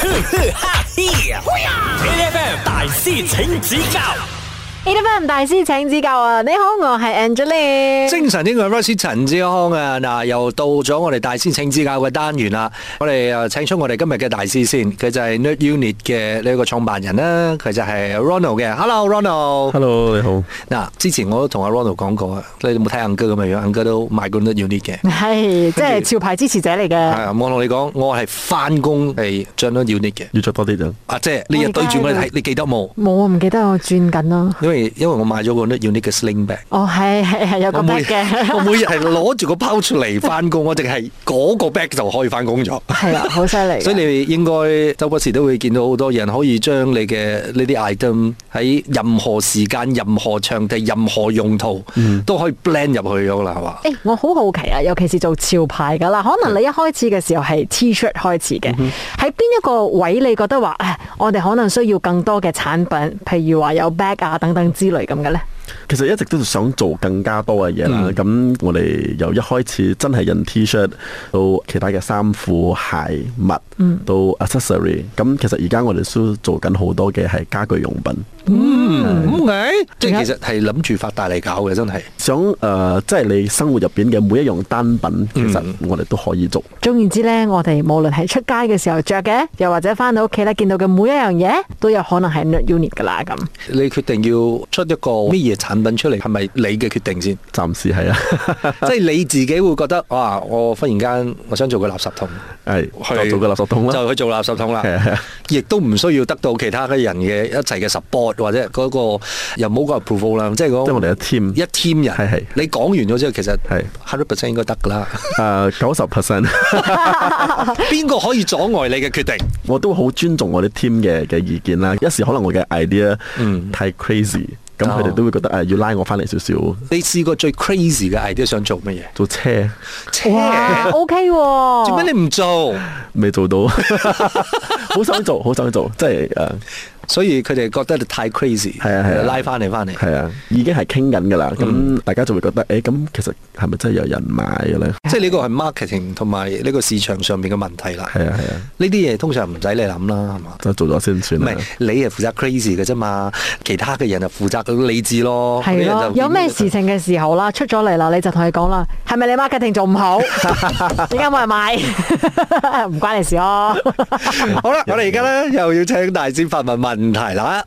啊！A.F.M. 大師請指教，A. F. M. 大師請指教啊！你好，我係 Angeline。精神呢個 Royce 陳志康啊，嗱又到咗我哋大師請指教嘅單元啦。我哋誒請出我哋今日嘅大師先，佢就係 Nerd Unit 嘅呢個創辦人啦，佢就係 Ronald 嘅。Hello，Ronald。 Hello，你好。嗱，之前我都同阿 Ronald 講過啊，你有冇睇 Ang 哥咁嘅樣？Ang 哥都賣過 Nerd Unit 嘅。係，即係潮牌支持者嚟嘅。係，我同你講，我係翻工係將 Nerd Unit 嘅。要着多啲就。啊，即係你日對住我哋睇，你記得冇？冇啊，唔記得我轉緊咯。因為因為我買咗個 Nerd Unit 嘅 Sling Bag。哦，係係係有個我 b 每 a 嘅， 我每日係攞住個 pouch 嚟翻工，我淨係嗰個 bag 就可以翻工咗。 係啊，好犀利。所以你應該周不時都會見到好多人可以將你嘅呢啲 item 喺任何時間、任何場地、任何用途、都可以 blend 入去咗啦，係嘛？誒、我好好奇啊，尤其是做潮牌噶啦，可能你一開始嘅時候係 T-shirt 開始嗯嘅，喺邊、一個位你覺得話，誒，我哋可能需要更多嘅產品，譬如話有 bag 啊等等之類咁嘅咧？其實一直都想做更加多嘅嘢嗯啦。咁、我哋由一開始真係印 T-shirt 到其他嘅衫褲、鞋、襪，嗯到 accessory。咁其實而家我哋都做緊好多嘅係家居用品。嗯，即係其實係諗住發大嚟搞嘅，真係。想誒、呃即係你生活入邊嘅每一樣單品，其嗯實我哋都可以做。總言之咧，我哋無論係出街嘅時候着嘅，又或者翻到屋企咧見到嘅每一樣嘢，都有可能係 n unit 噶啦咁。你決定要出一個咩嘢產品出嚟，係咪你嘅決定先？暫時係啊， 即係你自己會覺得，哇！我忽然間我想做個垃圾桶。係就做個垃圾桶啦。就去做垃圾桶啦係啊係。亦都唔需要得到其他嘅人嘅一齊嘅 support 或者嗰、個又冇個 approval 啦，即係講即係我哋嘅 team 一 team 人。係係你講完咗之後，其實係 hundred percent 應該得㗎啦。誒呃九十 percent。邊個可以阻礙你嘅決定？我都好尊重我啲 team 嘅嘅意見啦。一時可能我嘅 idea 嗯太 crazy，咁哦佢哋都會覺得誒哎要拉我翻嚟少少你試過最 crazy 嘅 idea 想做乜嘢？做車， 哇車，OK 喎，做咩你唔做？未做到， 好想做，好想做，即呃係誒所以佢哋覺得你太 crazy，係啊係啊拉翻你翻嚟。係啊，已經係傾緊㗎啦。嗯咁大家就會覺得誒，咁、其實係咪真係有人買嘅咧？即係呢個係 marketing 同埋呢個市場上面嘅問題啦。係啊係啊，呢啲嘢通常唔使你諗啦，係嘛？就做咗先算唔啦係。你係負責 crazy 嘅啫嘛，其他嘅人就負責理智咯。係咯，有咩事情嘅時候啦，出咗嚟啦，你就同佢講啦，係咪你 marketing 做唔 好？點解冇人買？ 唔關你事哦咯。 好啦，我哋而家咧又要請大師發問問題 啦。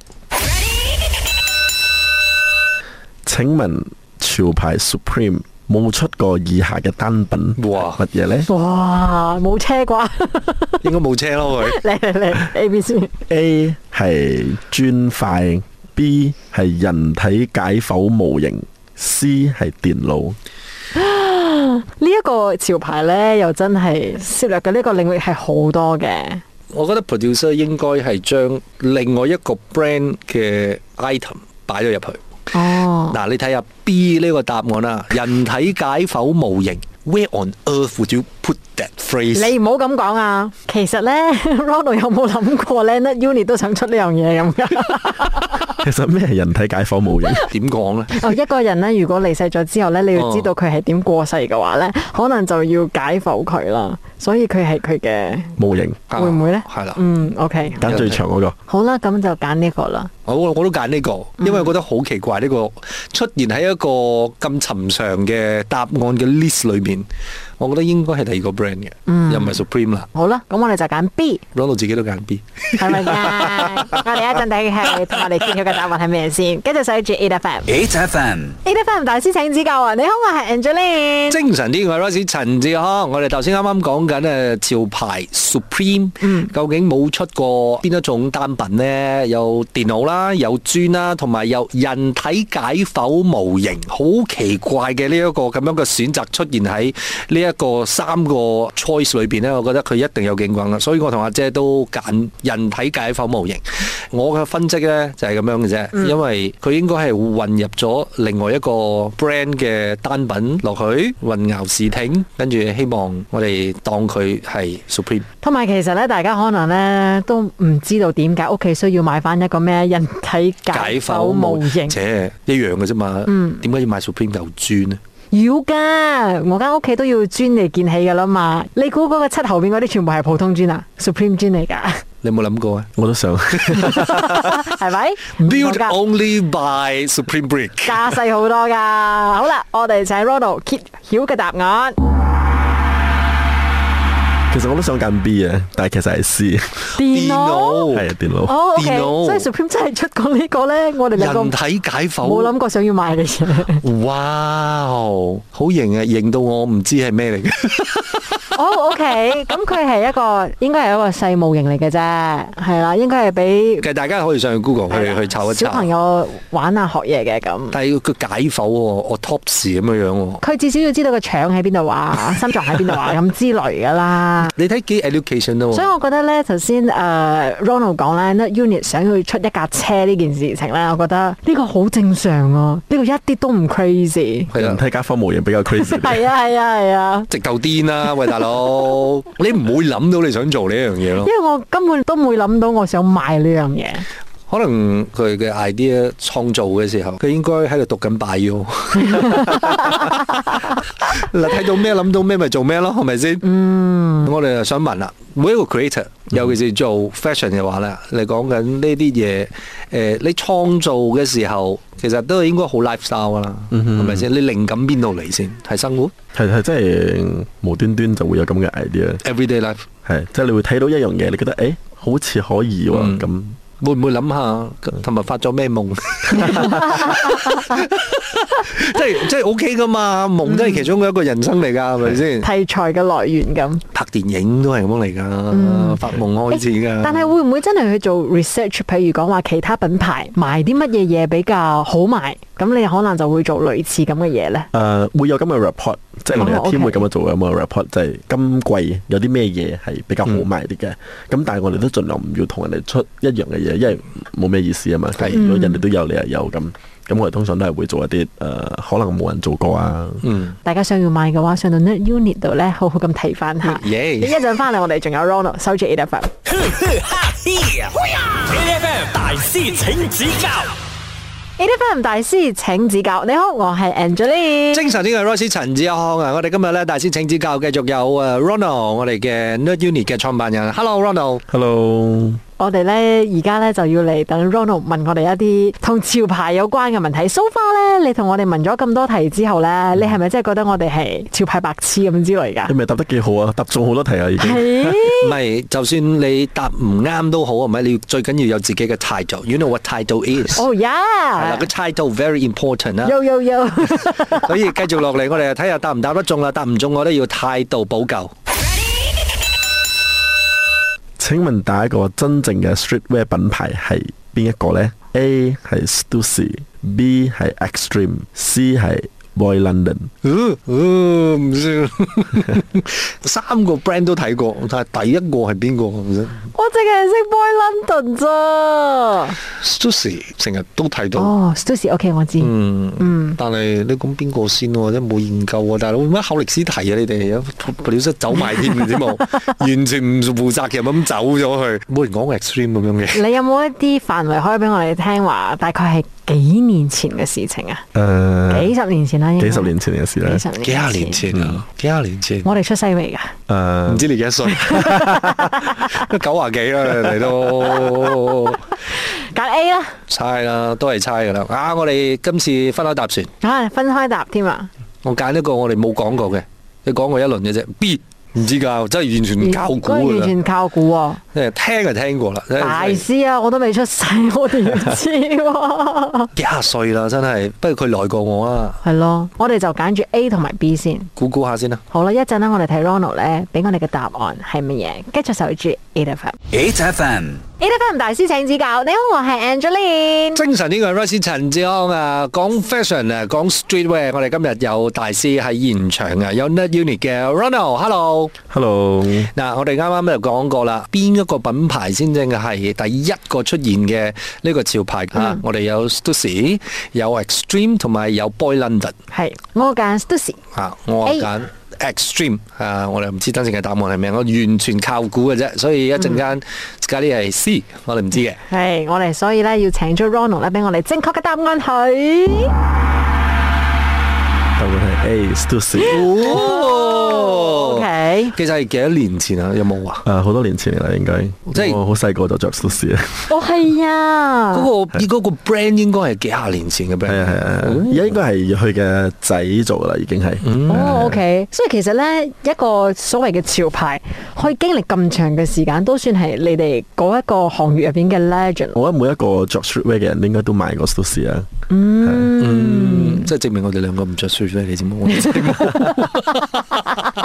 請問潮牌 Supreme 冇出過以下嘅單品哇係乜嘢咧哇，冇車啩？ 應該冇車咯佢。嚟嚟嚟，A B C。 A 係磚塊，B 係人體解剖模型，C 係電腦。呢一個潮牌咧，又真係涉獵嘅呢個領域係好多嘅。我覺得 producer 應該係將另外一個 brand 嘅 item 擺咗入去。哦，嗱，你睇下 B 呢個答案啦，人體解剖模型。Where on earth would you put that phrase？你唔好咁講啊！其實咧 ，Ronald 有冇諗過咧 n Uni 都想出呢樣嘢咁 噶？其實咩係人體解剖模型？點講呢？哦，一個人咧，如果離世咗之後咧，你哦要知道佢係點過世嘅話咧，可能就要解剖佢啦。所以佢係佢嘅，模型會唔會呢啊係啦，嗯，OK，揀最長嗰個。好啦，咁就揀呢個啦。我我都揀呢個，因為我覺得好奇怪呢、個出現喺一個咁尋常嘅答案嘅 list 裏面，我覺得應該係第二個 brand 嘅，又唔係 Supreme 啦。好啦，咁我哋就揀 B， Ronald 自己都揀 B。係咪 噶？我哋一陣睇係同我哋揭曉嘅答案係咩先，跟住守住 A F M，A ！H.F.M. F M 大師請指教啊！你好，我係 Angeline。精神啲，我係 Royce 陳志康。我哋頭先啱啱講緊誒潮牌 Supreme，、究竟冇出過邊一種單品呢？有電腦啦，有磚啦，同埋有人體解剖模型，好奇怪嘅呢一個咁樣嘅選擇出現喺呢一個三個 choice 裏邊呢，我覺得佢一定有景轟啦。所以我同阿姐都揀人體解剖模型。我嘅分析呢就係、咁樣嘅啫，因為佢應該係混入咗另外一個 brand 嘅單品落去混淆視聽，跟住希望我哋當佢係 Supreme。同埋其實咧，大家可能咧都唔知道點解屋企需要買翻一個咩人體解剖模型。且一樣嘅啫嘛。點解要買 Supreme 嚿磚呢？要噶，我間屋企都要磚嚟建起噶啦嘛。你估嗰個七後邊嗰啲全部係普通磚啊？Supreme 磚嚟噶，你有冇諗過啊我都想。係咪？唔同？Build 㗎 only by Supreme Brick。架勢好多噶。好啦，我哋請 Ronald 揭曉嘅答案。其實我都想揀 B 嘅，但係其實係 C，電腦腦係電腦。哦，OK，電腦所以 Supreme 真係出過呢個咧，我哋兩個冇人體解剖。諗過想要買嘅嘢。哇，好型啊！型到我唔知係咩嚟嘅。 哦，OK，咁佢係一個應該係一個細模型嚟嘅啫，係啦，應該係俾其實大家可以上去 Google 去去抄一小抄朋。友玩啊學嘢嘅咁。但係佢解剖喎，autopsy 咁樣樣喎。佢至少要知道個腸喺邊度 啊，心臟喺邊度啊，咁之類噶啦。你睇幾 education 咯所以喎。我覺得咧，頭先誒 Ronald 講咧 n Unit 想去出一架車呢件事情咧，我覺得呢個好正常啊，呢、個一啲都唔 crazy。係啊人。體解剖模型比較 crazy 啲。係啊係啊係啊，直頭癲啦，喂 大佬，你唔會諗到你想做呢一樣嘢因。咯為我根本都冇諗到我想買呢樣嘢。可能佢嘅 idea 創造嘅時候，佢應該喺度讀緊 bio。嗱，睇到咩諗到咩咪做咩咯，係咪先？嗯，我哋就想問啦，每一個 creator，尤其是做 fashion 嘅話咧，你講緊呢啲嘢，誒、你創造嘅時候，其實都應該好 lifestyle 㗎啦，係咪先？你靈感邊度嚟先？係生活係係真係無端端就會有咁嘅 idea， ，everyday life。係即係你會睇到一樣嘢，你覺得誒、欸好似可以喎、嗯咁、會唔會諗下琴日發咗咩夢？即係即係 O K 噶嘛，夢都係其中一個人生嚟㗎，係咪先？題材嘅來源咁，拍電影都係咁嚟㗎，發夢開始㗎。但係會唔會真係去做 research？譬如講話其他品牌賣啲乜嘢嘢比較好賣，咁你可能就會做類似咁嘅嘢呢。誒、會有咁嘅 report，即係我哋哦嘅 OK team 會咁樣做咁嘅 report，就係今季有啲咩嘢係比較好賣啲嘅。咁、但係我哋都盡量唔要同人哋出一樣嘅嘢，因為冇咩意思啊嘛。係如果人哋都有，你又有咁，咁我哋通常都係會做一啲誒、呃可能冇人做過啊。嗯，大家想要買嘅話，上到 Net Unit 度呢，好好咁睇翻下。耶一陣翻嚟，我哋仲有 Ronald 收住 A F M。 A F M 大師請指教8 F M 大師請指教，你好，我係 Angeline。精神呢個 Royce 陳志康啊，我哋今日咧大師請指教，繼續有啊 ờ, Ronald，我哋嘅 Nerd Unit 嘅創辦人。Hello Ronald， Hello，我哋呢而家呢就要嚟等 Ronald 問我哋一啲同潮牌有關嘅問題。So far 呢，你同我哋問咗咁多題之後呢，你係咪真係覺得我哋係潮牌白痴咁之類㗎？你咪答得幾好啊？答中好多題啊，已經。係唔係就算你答唔啱都好，係咪？你要最緊要有自己嘅態度。You know what 態度 is？哦係啦，呀個，態度 very important 啦。有有 有，所以繼續落嚟，我哋睇下答唔答得中啦。答唔中，我都要態度補救。請問打一個真正嘅 streetwear 品牌係邊一個呢 a 係 Stussy，B 係 Extreme，C 係 Boy London。嗯嗯，唔知 三個 brand 都睇過，但係第一個係邊個唔知我淨係識 Boy London 咋？ ？Stussy 成日都睇到，哦，Stussy，OK，我知。Oh 嗯嗯，但係你講邊個先喎？真係冇研究喎，大佬乜考歷史題啊？你哋producer 走埋添嘅啫冇，完全唔負責任咁走咗去，冇人講 extreme 咁樣嘅。你有冇一啲範圍可以俾我哋聽話？大概係幾年前嘅事情啊？誒，幾十年前啦，應該嗯幾十年前嘅事啦幾。十年，幾廿年，前啊，幾廿年前。我哋出世未㗎？唔誒，知你幾多歲，都九啊幾啦，你都揀 A 啦，猜啦，都係猜噶啦。啊，我哋今次分開搭船，啊分開答添啊！我揀一個我哋冇講過嘅，你講過一輪嘅啫。B 唔知㗎，真係完全靠嗰估個㗎完啦。全靠估喎。誒聽就聽過啦，真係大師啊，我都未出世，我哋要知 喎。幾廿歲啦，真係。不過佢耐過我啊，係咯，我哋就揀住 A 同埋 B 先。估估下先啦。好啦，一陣咧，我哋睇 Ronald 咧，俾我哋嘅答案係乜嘢？跟住守住 A F M。 ，H F M A F M 大師請指教。你好，我係 Angeline。精神呢個係 Rice 陳志康啊，講 à. fashion 啊，講 streetwear，我哋今日有大師喺現場啊，有 Nerd Unit 嘅 Ronald，hello。 Hello，嗱，我哋啱啱就講過啦，邊一個品牌先正係第一個出現嘅呢個潮牌啊？我哋有 Stussy，有 Extreme 同埋有 Boy London 係，我揀 Stussy。啊，我 A 揀 Extreme 啊，我哋唔知真正嘅答案係咩，我完全靠估嘅啫，所以一陣間嗰啲係 C，我哋唔知嘅。係，我哋所以咧要請出 Ronald 咧，俾我哋正確嘅答案佢。答案係 A Stussy。哦 OK 其實係幾多年前啊？有冇啊？誒好多年前嚟啦，應該即係我好細個就着 Stussy 啊，哦係啊，嗰個嗰個 brand 應該係幾廿年前嘅 brand。係啊係啊，而家應該係佢嘅仔做噶啦，已經係。哦，OK，所以其實咧一個所謂嘅潮牌，可以經歷咁長嘅時間，都算係你哋嗰一個行業入邊嘅 legend。我覺得每一個着 streetwear 嘅人應該都買過 Stussy 啊。嗯，即係證明我哋兩個唔着雪靴，你知冇？我哋真係冇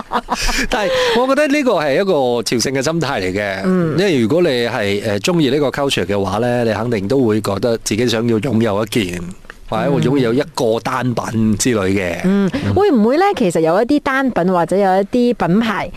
但係我覺得呢個係一個朝聖嘅心態嚟嘅，嗯因為如果你係誒中意呢個 culture 嘅話咧，你肯定都會覺得自己想要擁有一件。或者我擁有一個單品之類嘅，嗯，會唔會咧？其實有一啲單品或者有一啲品牌，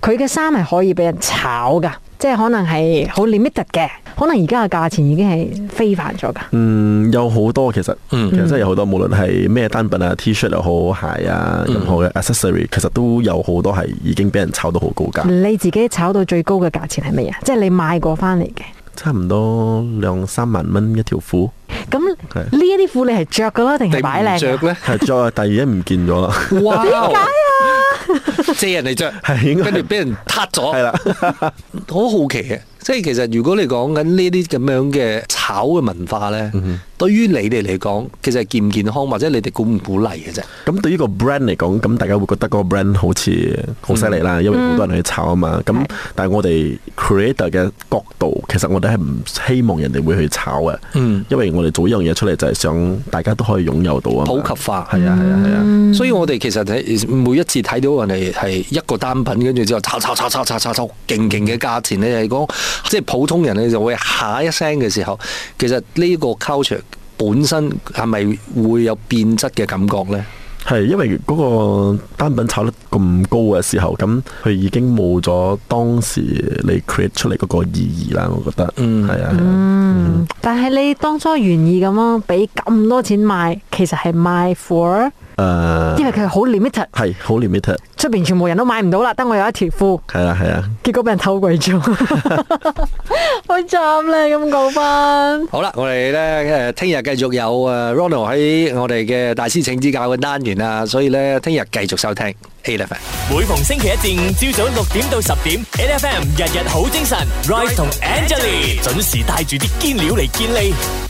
佢嘅衫係可以俾人炒噶，即係可能係好 limited 嘅，可能而家嘅價錢已經係非凡咗噶。嗯，有好多其實，其實真係有好多，無論係咩單品啊、T-shirt 又好、鞋啊，任何嘅 accessory，其實都有好多係已經俾人炒到好高價，你自己炒到最高嘅價錢係乜嘢？即係你買過翻嚟嘅。差唔多兩三萬蚊一條褲，咁係呢一啲褲你係着噶啦，定你係擺唔靚着㗎？咧，係 再第二日唔見咗啦，哇！點解啊？借人嚟着，係應該係跟住俾人撻咗，係啦，好好奇嘅，即係其實如果你講緊呢啲咁樣嘅炒嘅文化咧，對於你哋嚟講，其實係健唔健康或者你哋鼓唔鼓勵嘅啫？咁對於個 brand 嚟講，咁大家會覺得嗰個 brand 好似好犀利嗯啦，因為好多人去炒啊嘛。咁但係我哋 creator 嘅角度，其實我哋係唔希望人哋會去炒嘅，嗯因為我哋做呢樣嘢出嚟就係想大家都可以擁有到啊嘛，普及化嗯係啊係啊係啊。所以我哋其實睇每一次睇到人哋係一個單品，跟住之後炒炒炒炒炒炒炒，勁勁嘅價錢咧，你講即係普通人咧就會嚇一聲嘅時候，其實呢個 culture 本身係咪會有變質嘅感覺咧？係，因為嗰個單品炒得咁高嘅時候，咁佢已經冇咗當時你 create 出嚟嗰個意義啦。我覺得，嗯係啊，係啊嗯，但係你當初願意咁樣俾咁多錢買，其實係賣 for，因誒，為佢好 limited，係呃好 limited，出邊全部人都買唔到啦，得我有一條褲，係啊，係啊。結果俾人偷鬼咗， 好慘咧咁講翻。好啦，我哋咧誒，聽日繼續有誒 Ronald 喺我哋嘅大師請指教嘅單元啊，所以咧聽日繼續收聽 A F M。每逢星期一至五朝早六點到十點，N F M 日日好精神，Rise 同 Angelie 準時帶住啲堅料嚟堅利。